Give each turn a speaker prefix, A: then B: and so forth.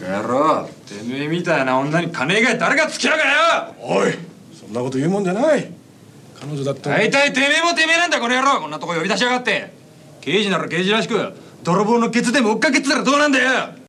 A: カ野郎てめえみたいな女に金以外誰がつきやがよ
B: おいそんなこと言うもんじゃない彼女だって
A: 大体てめえもてめえなんだこの野郎こんなとこ呼び出しやがって刑事なら刑事らしく泥棒のケツでも追っかけてたらどうなんだよ